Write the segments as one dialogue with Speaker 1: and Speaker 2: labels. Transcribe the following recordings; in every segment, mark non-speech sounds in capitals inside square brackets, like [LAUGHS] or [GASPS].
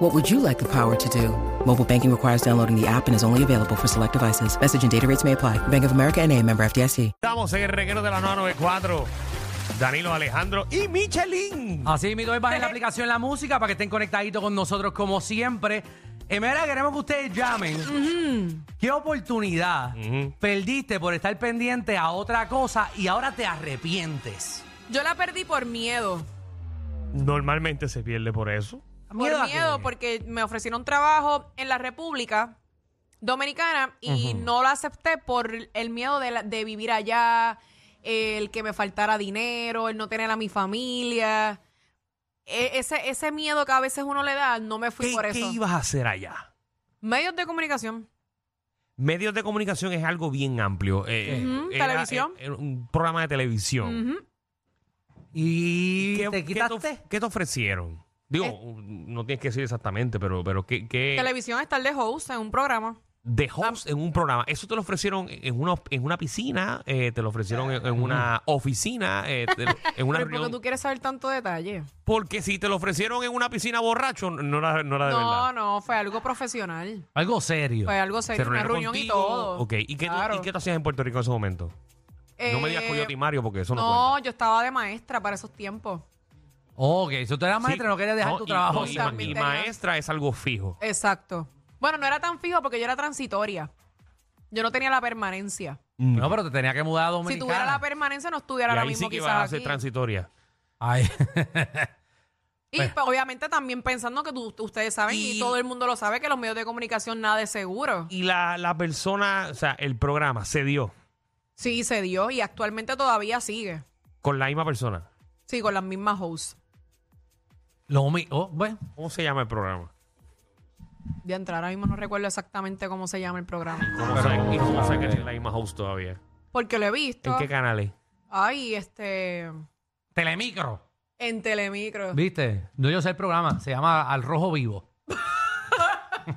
Speaker 1: What would you like the power to do? Mobile banking requires downloading the app and is only available for select devices. Message and data rates may apply. Bank of America and a member FDIC.
Speaker 2: Estamos en el reguero de la 994. Danilo Alejandro y Michelin.
Speaker 3: Así mismo es, bajen la aplicación La Música para que estén conectaditos con nosotros como siempre. En verdad, queremos que ustedes llamen. ¿Qué oportunidad perdiste por estar pendiente a otra cosa y ahora te arrepientes?
Speaker 4: Yo la perdí por miedo.
Speaker 2: Normalmente se pierde por eso.
Speaker 3: a
Speaker 4: por
Speaker 3: qué?
Speaker 4: miedo, porque me ofrecieron trabajo en la República Dominicana y no la acepté por el miedo de, la- de vivir allá, el que me faltara dinero, el no tener a mi familia. E- ese, ese miedo que a veces uno le da, no me fui
Speaker 2: ¿Qué,
Speaker 4: Pues por
Speaker 2: qué
Speaker 4: eso.
Speaker 2: ibas a hacer allá?
Speaker 4: Medios de comunicación.
Speaker 2: Medios de comunicación es algo bien amplio. Eh,
Speaker 4: Ujú,
Speaker 2: era-
Speaker 4: televisión.
Speaker 2: eh, era un programa de televisión.
Speaker 4: Ujú.
Speaker 3: ¿Y te
Speaker 2: ¿qué
Speaker 3: quitaste?
Speaker 2: te, qué te ofrecieron? Digo, no tienes que decir exactamente, pero, pero ¿qué, qué
Speaker 4: Televisión estar de host en un programa.
Speaker 2: de host en un programa? ¿Eso te lo ofrecieron en una, en una piscina? eh, ¿Te lo ofrecieron en, en una oficina? Eh, te lo- ¿En una
Speaker 4: Ah. Pero ¿por qué
Speaker 2: reunión?
Speaker 4: tú quieres saber tanto detalle?
Speaker 2: Porque si te lo ofrecieron en una piscina borracho, no era, no era Ah, de verdad.
Speaker 4: No, no, fue algo profesional.
Speaker 3: Algo serio.
Speaker 4: Fue algo serio, una
Speaker 2: reunieron
Speaker 4: reunión y
Speaker 2: contigo.
Speaker 4: todo.
Speaker 2: Ok, ¿y qué, tú-
Speaker 4: Claro.
Speaker 2: ¿y qué tú hacías en Puerto Rico en ese momento? no me digas
Speaker 4: Eh,
Speaker 2: Coyote y Mario porque eso no,
Speaker 4: No, yo estaba de maestra para esos tiempos.
Speaker 3: Ok, si tú eras
Speaker 2: cuenta.
Speaker 3: maestra, no querías dejar
Speaker 2: No,
Speaker 3: tu
Speaker 2: y-
Speaker 3: trabajo.
Speaker 2: no, y,
Speaker 4: sí.
Speaker 2: ma-
Speaker 4: También
Speaker 2: y
Speaker 4: tenía-
Speaker 2: maestra es algo fijo.
Speaker 4: Exacto. Bueno, no era tan fijo porque yo era transitoria. Yo no tenía la permanencia.
Speaker 3: no, pero te tenía que mudar a
Speaker 4: Si tuviera
Speaker 3: Dominicana.
Speaker 4: la permanencia, no
Speaker 2: y
Speaker 4: estuviera ahora
Speaker 2: ahí
Speaker 4: mismo
Speaker 2: sí que
Speaker 4: quizás
Speaker 2: ibas a ser
Speaker 4: aquí.
Speaker 2: transitoria.
Speaker 3: Ay, [LAUGHS]
Speaker 4: Y pues, obviamente también pensando que tú- ustedes saben y,
Speaker 2: Y-
Speaker 4: todo el mundo lo sabe que los medios de comunicación nada de seguro.
Speaker 2: Y la, la persona, o sea, el programa se dio
Speaker 4: Sí, se dio y actualmente todavía sigue.
Speaker 2: con la misma persona.
Speaker 4: Sí, con las mismas hosts.
Speaker 3: lo mío. bueno,
Speaker 2: ¿Cómo se llama el programa?
Speaker 4: De entrar ahora mismo no recuerdo exactamente cómo se llama el programa.
Speaker 2: ¿Cómo
Speaker 3: Pero
Speaker 2: sabe-
Speaker 3: ¿cómo
Speaker 2: ¿Y
Speaker 3: tú
Speaker 2: cómo
Speaker 3: sabes?
Speaker 2: sabe que tiene la misma host todavía?
Speaker 4: Porque lo he visto.
Speaker 2: ¿En qué
Speaker 4: [LAUGHS]
Speaker 2: canales?
Speaker 4: Ay, este.
Speaker 3: telemicro.
Speaker 4: En [LAUGHS] Telemicro.
Speaker 3: ¿Viste? No, yo sé el programa. Se llama Al Rojo Vivo.
Speaker 4: [LAUGHS]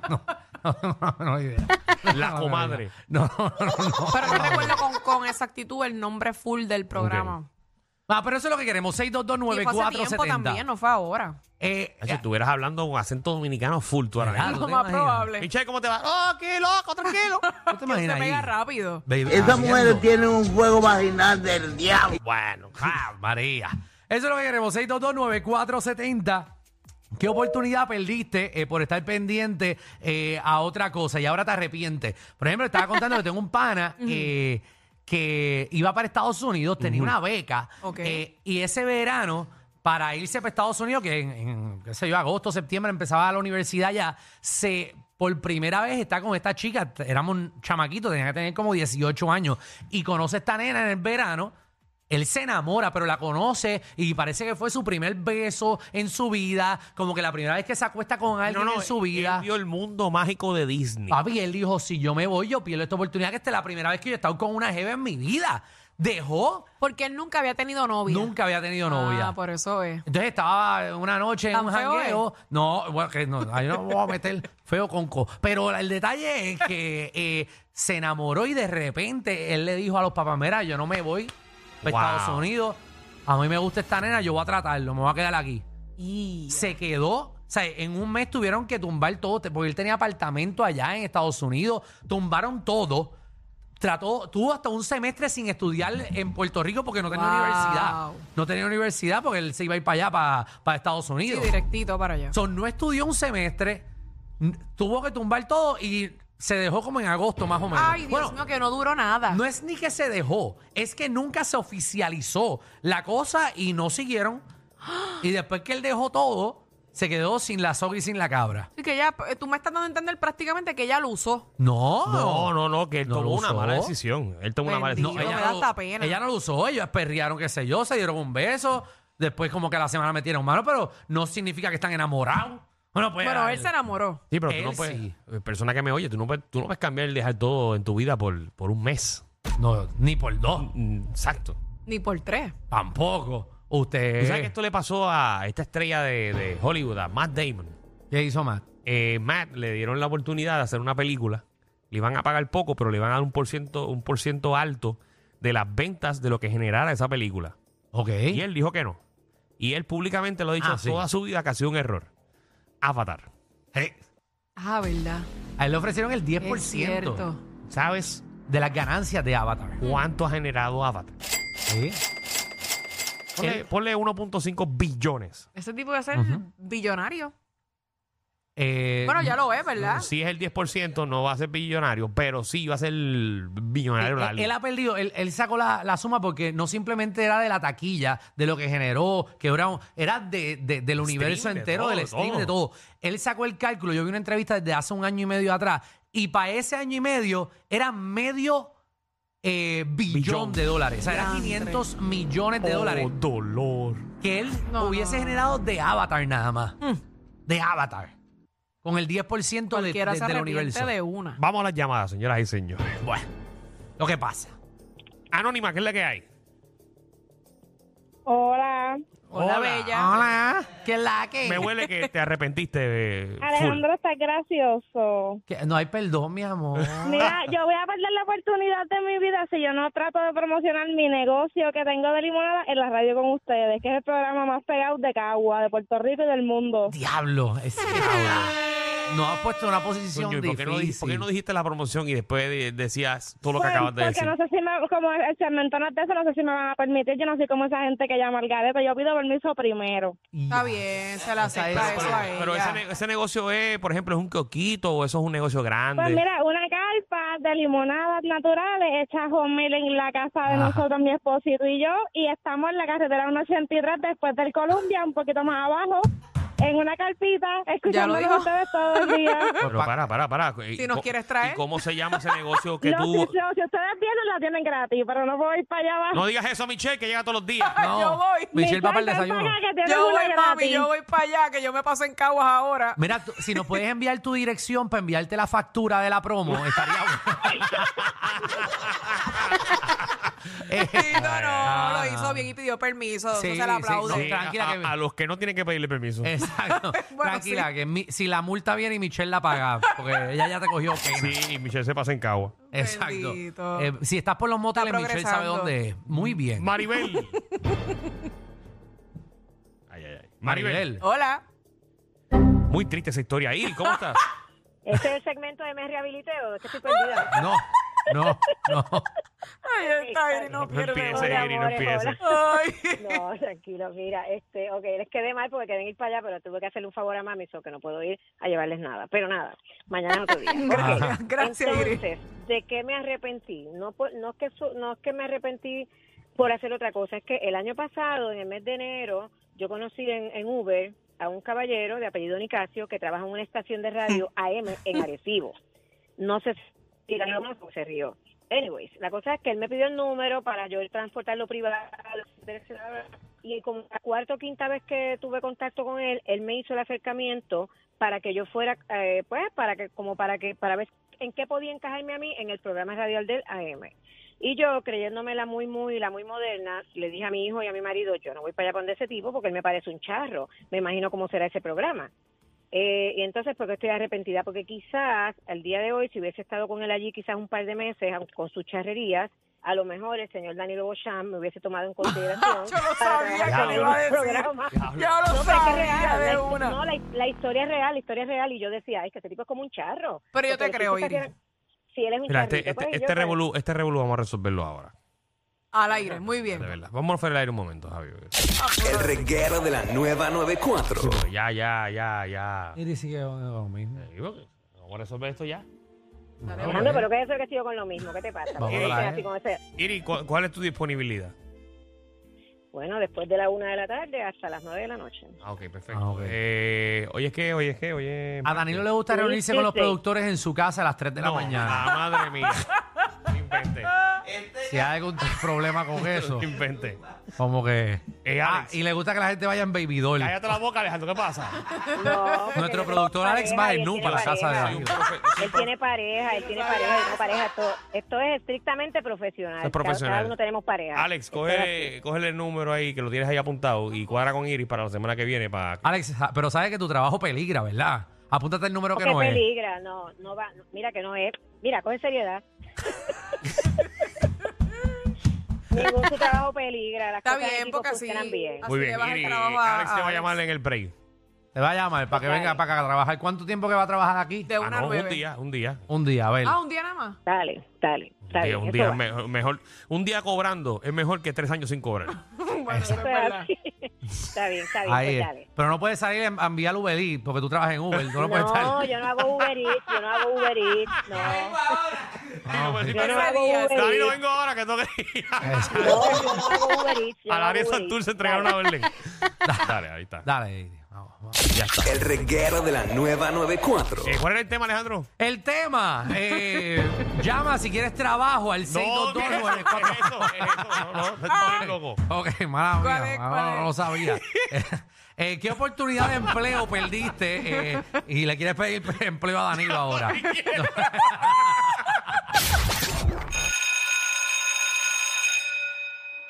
Speaker 3: no, no, no, no, no hay idea.
Speaker 2: La comadre.
Speaker 3: No, no, no, no.
Speaker 4: [LAUGHS] Pero no recuerdo con, con exactitud el nombre full del programa.
Speaker 3: Ah, pero eso es lo que queremos.
Speaker 4: Y fue hace tiempo
Speaker 3: 6229470.
Speaker 4: también, no fue ahora.
Speaker 3: Eh,
Speaker 2: Si estuvieras hablando con acento dominicano full, tú ahora
Speaker 3: Claro.
Speaker 2: mismo.
Speaker 3: Ah, ¿tú
Speaker 4: Lo
Speaker 3: te
Speaker 4: más
Speaker 3: imaginas?
Speaker 4: probable.
Speaker 2: Michelle, ¿cómo te va? ¡Oh, qué loco,
Speaker 4: [LAUGHS]
Speaker 2: tranquilo!
Speaker 3: ¿tú te
Speaker 4: Se
Speaker 3: imaginas
Speaker 4: pega
Speaker 3: ahí?
Speaker 4: rápido.
Speaker 3: Baby, ah,
Speaker 5: Ah,
Speaker 6: Esas mujeres
Speaker 3: haciendo.
Speaker 6: tienen un juego vaginal del diablo.
Speaker 2: bueno,
Speaker 3: Ah, María. Eso es lo que queremos. 6229470. ¿Qué oportunidad perdiste eh, por estar pendiente eh, a otra cosa y ahora te arrepientes? Por ejemplo, estaba contando que tengo un pana eh, que iba para Estados Unidos, tenía una beca
Speaker 4: Ok.
Speaker 3: eh, y ese verano para irse para Estados Unidos, que en, en, qué sé yo, agosto, septiembre empezaba la universidad ya, se por primera vez está con esta chica, t- éramos un chamaquito, tenía que tener como 18 años y conoce a esta nena en el verano. Él se enamora, pero la conoce y parece que fue su primer beso en su vida, como que la primera vez que se acuesta con alguien en su vida. Ah,
Speaker 2: él vio el mundo mágico de Disney.
Speaker 3: Papi, él dijo, si yo me voy, yo pierdo esta oportunidad, que esta es la primera vez que yo he estado con una jeva en mi vida. Dejó,
Speaker 4: Porque él nunca había tenido novia.
Speaker 3: nunca había tenido novia.
Speaker 4: Ah, por eso es.
Speaker 3: Entonces estaba una noche en
Speaker 4: ¿Tan
Speaker 3: un
Speaker 4: feo
Speaker 3: jangueo. No, bueno, que no, ahí no me voy a meter feo con co. Pero la- el detalle es que eh, se enamoró y de repente él le dijo a los papás, mira, yo no me voy a
Speaker 2: Wow.
Speaker 3: Estados Unidos. A mí me gusta esta nena, yo voy a tratarlo, me voy a quedar aquí.
Speaker 4: Y...
Speaker 3: Se quedó, o sea, en un mes tuvieron que tumbar todo, te- porque él tenía apartamento allá en Estados Unidos, tumbaron todo. Trató, tuvo hasta un semestre sin estudiar en Puerto Rico porque no tenía
Speaker 4: Wow.
Speaker 3: universidad. No tenía universidad porque él se iba a ir para allá, para, para Estados
Speaker 4: Sí,
Speaker 3: Unidos.
Speaker 4: directito para allá.
Speaker 3: So, no estudió un semestre, n- tuvo que tumbar todo y se dejó como en agosto más o menos.
Speaker 4: Ay, Dios
Speaker 3: Bueno,
Speaker 4: mío, que no duró nada.
Speaker 3: no es ni que se dejó, es que nunca se oficializó la cosa y no
Speaker 4: [GASPS]
Speaker 3: siguieron. Y después que él dejó todo, se quedó sin la soga y sin la cabra.
Speaker 4: Así que ya, eh, tú me estás dando a entender prácticamente que ella lo usó.
Speaker 3: No,
Speaker 2: No, no, no, que él
Speaker 3: No lo
Speaker 2: tomó una
Speaker 3: usó.
Speaker 2: mala decisión. Él tomó una mala
Speaker 4: Bendito.
Speaker 2: decisión.
Speaker 4: No, me da hasta pena.
Speaker 3: ella no lo usó, ellos perrearon, qué sé yo, se dieron un beso. Después, como que a la semana metieron mano, pero no significa que están enamorados. Bueno, pues.
Speaker 4: Pero él se enamoró.
Speaker 2: Sí, pero tú
Speaker 3: Él
Speaker 2: no puedes,
Speaker 3: sí.
Speaker 2: eh, persona que me oye, tú no puedes, tú no puedes cambiar y dejar todo en tu vida por, por un mes.
Speaker 3: No, ni por dos.
Speaker 2: Mm, Exacto.
Speaker 4: Ni por tres.
Speaker 3: Tampoco. Usted.
Speaker 2: ¿Tú sabes que esto le pasó a esta estrella de, de Hollywood, a Matt Damon?
Speaker 3: ¿Qué hizo más?
Speaker 2: Eh, Matt le dieron la oportunidad de hacer una película. Le iban a pagar poco, pero le iban a dar un por ciento, un por ciento alto de las ventas de lo que generara esa película.
Speaker 3: Ok.
Speaker 2: Y él dijo que no. Y él públicamente lo ha dicho
Speaker 3: Ah, sí.
Speaker 2: toda su vida que ha sido un error. Avatar.
Speaker 3: Eh,
Speaker 4: Ah, ¿verdad?
Speaker 3: A él le ofrecieron el 10%
Speaker 4: Es cierto.
Speaker 2: ¿Sabes
Speaker 3: de las ganancias de Avatar.
Speaker 2: cuánto ha generado Avatar?
Speaker 3: Sí.
Speaker 2: Ponle, ponle 1.5 billones.
Speaker 4: Ese tipo debe ser billonario.
Speaker 3: Eh,
Speaker 4: Bueno, ya lo es, ¿verdad?
Speaker 2: Si es el 10%, no va a ser billonario, pero sí va a ser billonario
Speaker 3: Él-
Speaker 2: largo.
Speaker 3: Eh, Él, ha perdido, él, él sacó la, la suma porque no simplemente era de la taquilla, de lo que generó, que era, un- era de, de- del universo
Speaker 2: de
Speaker 3: entero,
Speaker 2: todo,
Speaker 3: del
Speaker 2: de
Speaker 3: stream,
Speaker 2: todo.
Speaker 3: de todo. Él sacó el cálculo, yo vi una entrevista desde hace un año y medio atrás, y para ese año y medio era medio eh, billón,
Speaker 2: Billón.
Speaker 3: de dólares, o sea, era
Speaker 4: Diantre.
Speaker 3: 500 millones de dólares
Speaker 2: Oh, dolor.
Speaker 3: que él
Speaker 4: No,
Speaker 3: hubiese
Speaker 4: no, Mm. no.
Speaker 3: generado de Avatar nada más, de Avatar, con el 10% de,
Speaker 4: Cualquiera
Speaker 3: de-
Speaker 4: se
Speaker 3: del
Speaker 4: arrepiente
Speaker 3: universo.
Speaker 4: de una.
Speaker 2: Vamos a las llamadas, señoras y señores.
Speaker 3: Bueno, lo que pasa.
Speaker 2: Anónima, ¿qué es la que hay?
Speaker 7: Hola,
Speaker 4: Hola, bella.
Speaker 3: Hola. ¿Qué es la que?
Speaker 2: Me huele que te arrepentiste de. full.
Speaker 7: Alejandro, estás gracioso.
Speaker 3: Que No hay perdón,
Speaker 2: [LAUGHS]
Speaker 3: mi amor.
Speaker 2: Ah.
Speaker 7: Mira, yo voy a perder la oportunidad de mi vida si yo no trato de promocionar mi negocio que tengo de limonada en la radio con ustedes, que es el programa más pegado de Cagua, de Puerto Rico y del mundo.
Speaker 3: Diablo, es diablo. Nos has puesto en una posición
Speaker 2: Coño, ¿y por, qué
Speaker 3: difícil.
Speaker 2: no, di- por qué no dijiste la promoción y después de- decías todo lo que
Speaker 7: Pues,
Speaker 2: acabas de
Speaker 7: porque
Speaker 2: decir?
Speaker 7: no sé si me, como el segmento no es de eso, no sé si me van a permitir, yo no soy como esa gente que llama al garete, yo pido permiso primero.
Speaker 3: Ya.
Speaker 4: Está bien, se la
Speaker 3: O sea,
Speaker 4: acepta
Speaker 3: es-
Speaker 4: eso
Speaker 2: pero
Speaker 4: a ella.
Speaker 2: pero ese, ne- ese negocio es, por ejemplo, es un coquito o eso es un negocio grande.
Speaker 7: Pues mira, una carpa de limonadas naturales hecha homemade en la casa de
Speaker 3: Ajá.
Speaker 7: nosotros, mi esposito y yo, y estamos en la carretera 183 después del Columbia, un poquito más abajo, en una carpita, escuchándolos
Speaker 4: dijo.
Speaker 7: a ustedes todo el día.
Speaker 2: pero para, para, para. ¿Y
Speaker 4: Si nos
Speaker 2: co-
Speaker 4: quieres traer.
Speaker 2: ¿Y cómo se llama ese negocio
Speaker 7: [LAUGHS]
Speaker 2: que
Speaker 7: No, si,
Speaker 2: tú.?
Speaker 7: si- si ustedes vienen, la tienen gratis, pero no voy para allá abajo.
Speaker 2: No digas eso, Michelle, que llega todos los días.
Speaker 3: No,
Speaker 4: Yo voy.
Speaker 3: Michelle va para el
Speaker 7: Michelle, ven
Speaker 3: desayuno.
Speaker 7: para acá que tienes
Speaker 4: Yo
Speaker 7: una
Speaker 4: voy, mami,
Speaker 7: gratis.
Speaker 4: yo voy para allá, que yo me paso en Caguas ahora. [LAUGHS]
Speaker 3: Mira, tú- si nos puedes enviar tu dirección para enviarte la factura de
Speaker 2: [LAUGHS]
Speaker 3: la promo, estaría bueno. Eh,
Speaker 4: Sí, no, no,
Speaker 3: Ah.
Speaker 4: lo hizo bien y pidió permiso.
Speaker 3: Sí,
Speaker 4: eso se le
Speaker 3: sí,
Speaker 4: aplaude.
Speaker 3: no,
Speaker 2: Sí,
Speaker 3: tranquila Eh.
Speaker 2: a,
Speaker 3: que-
Speaker 2: a los que no tienen que pedirle permiso. [LAUGHS]
Speaker 3: Exacto.
Speaker 4: Bueno,
Speaker 3: Tranquila,
Speaker 4: sí.
Speaker 3: que mi- si la multa viene y Michelle la paga, porque ella ya te cogió pena.
Speaker 2: Sí, y Michelle se pasa en Cagua.
Speaker 3: Exacto.
Speaker 4: Bendito.
Speaker 3: Eh, si estás por los moteles,
Speaker 4: Está
Speaker 3: Michelle sabe
Speaker 4: progresando.
Speaker 3: dónde es. Muy bien.
Speaker 2: Maribel. Ay, ay, ay. Maribel.
Speaker 4: Hola.
Speaker 2: Muy triste esa historia ahí. ¿Cómo estás?
Speaker 7: Este es el segmento de Me Rehabiliteo, [LAUGHS] que estoy perdida.
Speaker 3: No, no, no.
Speaker 4: Ay, está bien, no
Speaker 2: No
Speaker 4: pierde.
Speaker 2: empieces,
Speaker 7: Hola,
Speaker 2: Iri, no
Speaker 7: amores,
Speaker 2: empieces. [LAUGHS]
Speaker 7: hola.
Speaker 2: Ah.
Speaker 4: Ay.
Speaker 7: No, tranquilo, mira, este, ok, les quedé mal porque querían ir para allá, pero tuve que hacerle un favor a mami, so que no puedo ir a llevarles nada. Pero nada, mañana otro día. Ok,
Speaker 3: Ajá.
Speaker 4: [LAUGHS] Gracias, Iri.
Speaker 7: Entonces, ¿de qué me arrepentí? No, por- no, es que, su- no es que me arrepentí por hacer otra cosa, es que el año pasado, en el mes de enero, yo conocí en, en Uber a un caballero de apellido Nicasio que trabaja en una estación de radio AM en Arecibo. No sé si la llamó porque se rió. Anyways, la cosa es que él me pidió el número para yo ir transportarlo privado. Y como la cuarta o quinta vez que tuve contacto con él, él me hizo el acercamiento para que yo fuera, eh, pues, para que, como para que, para ver en qué podía encajarme a mí en el programa radial del AM. Y yo, creyéndome la muy, muy, la muy moderna, le dije a mi hijo y a mi marido, yo no voy para allá con ese tipo porque él me parece un charro. Me imagino cómo será ese programa. Eh, y entonces, porque estoy arrepentida? Porque quizás al día de hoy, si hubiese estado con él allí quizás un par de meses aun- con sus charrerías, a lo mejor el señor Danilo Bocham me hubiese
Speaker 4: [LAUGHS]
Speaker 7: tomado en consideración.
Speaker 4: Yo lo
Speaker 7: para
Speaker 4: sabía
Speaker 7: trabajar
Speaker 3: que
Speaker 7: con
Speaker 3: lo
Speaker 7: él
Speaker 4: iba a
Speaker 7: en el
Speaker 4: decir.
Speaker 7: programa.
Speaker 4: Ya lo
Speaker 7: No, pero es que es
Speaker 4: sabía
Speaker 7: real,
Speaker 4: de
Speaker 7: la-
Speaker 4: una.
Speaker 7: No, la, la historia es real, la historia es real. Y yo decía, ay, que este tipo es como un charro.
Speaker 4: Pero yo
Speaker 7: Porque
Speaker 4: te creo,
Speaker 7: resulta que
Speaker 4: Iris.
Speaker 7: era- Sí, él es un
Speaker 2: Mira,
Speaker 7: charrito.
Speaker 2: este,
Speaker 7: pues,
Speaker 2: este,
Speaker 7: y yo,
Speaker 2: este
Speaker 7: pues,
Speaker 2: revolú, este revolú vamos a resolverlo ahora.
Speaker 4: Al aire, muy
Speaker 2: De
Speaker 4: bien.
Speaker 2: verdad. Vamos a fuera del aire un momento, Javier.
Speaker 5: El reguero de la nueva 94.
Speaker 2: Ya, ya, ya, ya.
Speaker 3: Iri sigue
Speaker 2: "Oh,
Speaker 3: lo mismo.
Speaker 2: Te digo que Vamos a resolver esto ya.
Speaker 7: Alejandro, pero ¿qué es eso que estoy yo con lo mismo? ¿Qué te pasa? ¿Por
Speaker 3: Vamos
Speaker 7: qué
Speaker 3: a
Speaker 7: te
Speaker 3: hablar,
Speaker 7: quedas
Speaker 3: ¿eh?
Speaker 7: así con ese-
Speaker 2: Iri, ¿cu- ¿cuál es tu disponibilidad?
Speaker 7: Bueno, después de la una de la tarde hasta las nueve de
Speaker 4: [LAUGHS]
Speaker 7: la noche.
Speaker 2: Ah, ok, perfecto.
Speaker 3: Ah, ok.
Speaker 2: Eh, oye, es que, oye, es que, oye.
Speaker 3: A Danilo le gusta
Speaker 7: Sí,
Speaker 3: reunirse
Speaker 7: sí,
Speaker 3: con los
Speaker 7: sí.
Speaker 2: Ah.
Speaker 3: productores en su casa a las 3 de la [LAUGHS]
Speaker 2: No,
Speaker 3: mañana.
Speaker 2: Ah, madre mía. Inventé.
Speaker 3: si hay algún problema con eso,
Speaker 2: Invente.
Speaker 3: como que...
Speaker 2: Eh,
Speaker 3: Ah,
Speaker 2: Alex.
Speaker 3: y le gusta que la gente vaya en baby doll.
Speaker 2: Cállate la boca, Alejandro, ¿qué
Speaker 3: [LAUGHS]
Speaker 2: pasa?
Speaker 7: No, porque
Speaker 3: Nuestro
Speaker 7: él
Speaker 3: productor
Speaker 7: tiene
Speaker 3: Alex
Speaker 7: pareja,
Speaker 3: va
Speaker 7: y él
Speaker 3: desnudo
Speaker 7: tiene
Speaker 3: para la casa de
Speaker 7: pareja.
Speaker 3: baño.
Speaker 7: Él tiene pareja, él tiene pareja, él tiene pareja. Esto, esto es estrictamente profesional.
Speaker 8: Esto es
Speaker 7: Cada-
Speaker 8: profesional.
Speaker 7: Cada uno tenemos pareja.
Speaker 2: Alex,
Speaker 7: Esto es así.
Speaker 2: coge, cógele el número ahí que lo tienes ahí apuntado y cuadra con Iris para la semana que viene. Para...
Speaker 3: Alex, ah, pero sabes que tu trabajo peligra, ¿verdad? Apúntate el número que
Speaker 7: Qué
Speaker 3: no es.
Speaker 7: peligra, no, no va, no, mira que no es. Mira, coge seriedad. Ningún su trabajo peligra, las
Speaker 4: Está
Speaker 7: cosas en
Speaker 4: bien,
Speaker 7: equipo
Speaker 4: porque así,
Speaker 7: funcionan bien.
Speaker 4: así
Speaker 2: Muy
Speaker 4: le
Speaker 2: bien,
Speaker 4: baja el
Speaker 2: Iris.
Speaker 4: trabajo a-
Speaker 2: Alex te va a llamar en el break.
Speaker 3: Te va a llamar para que
Speaker 7: Dale.
Speaker 3: venga para acá a trabajar. ¿Cuánto tiempo que va a trabajar aquí?
Speaker 4: De
Speaker 2: Ah,
Speaker 4: una a
Speaker 2: no, un
Speaker 4: nueve.
Speaker 2: día, un día.
Speaker 3: Un día, a ver.
Speaker 4: Ah, un día nada más.
Speaker 7: Dale, dale,
Speaker 2: Un
Speaker 7: dale.
Speaker 2: día, un
Speaker 7: eso
Speaker 2: día
Speaker 7: va.
Speaker 2: mejor, mejor- un día cobrando es mejor que tres años sin cobrar.
Speaker 4: Bueno, eso es
Speaker 7: Eso es
Speaker 4: verdad.
Speaker 7: así. está bien, está bien,
Speaker 3: Ahí
Speaker 7: pues
Speaker 3: es.
Speaker 7: dale.
Speaker 3: Pero no puedes salir a enviar Uber Eats porque tú trabajas en Uber.
Speaker 7: [LAUGHS]
Speaker 3: Tú no, puedes
Speaker 7: No,
Speaker 3: estar.
Speaker 7: yo no hago Uber Eats, yo no hago Uber Eats, no. Yo no
Speaker 4: Ese
Speaker 7: hago
Speaker 4: día,
Speaker 7: Uber
Speaker 4: ese
Speaker 2: Dani, no
Speaker 7: Eats.
Speaker 2: vengo ahora que tengo que ir.
Speaker 7: No, yo no hago Uber Eats, yo
Speaker 2: A
Speaker 7: no
Speaker 2: la área
Speaker 7: hago Uber
Speaker 2: Santur
Speaker 7: Eats.
Speaker 2: se entregaron una orden. Dale, ahí está.
Speaker 3: Dale, Iris, vamos, vamos.
Speaker 5: El reguero de la nueva 94.
Speaker 2: Eh, ¿Cuál era el tema, Alejandro?
Speaker 3: El tema, eh, llama si quieres trabajo al
Speaker 2: ¿qué es
Speaker 3: 622
Speaker 2: eso? ¿Qué es eso? ¿Qué es eso? No, no, estoy loco.
Speaker 3: Ok, mala
Speaker 4: ¿Cuál
Speaker 3: mía,
Speaker 4: es,
Speaker 3: mala,
Speaker 4: cuál
Speaker 3: no,
Speaker 4: es?
Speaker 3: no lo
Speaker 4: [LAUGHS]
Speaker 3: sabía. Eh, ¿Qué oportunidad de empleo perdiste eh, y le quieres pedir [LAUGHS] empleo a Danilo ahora?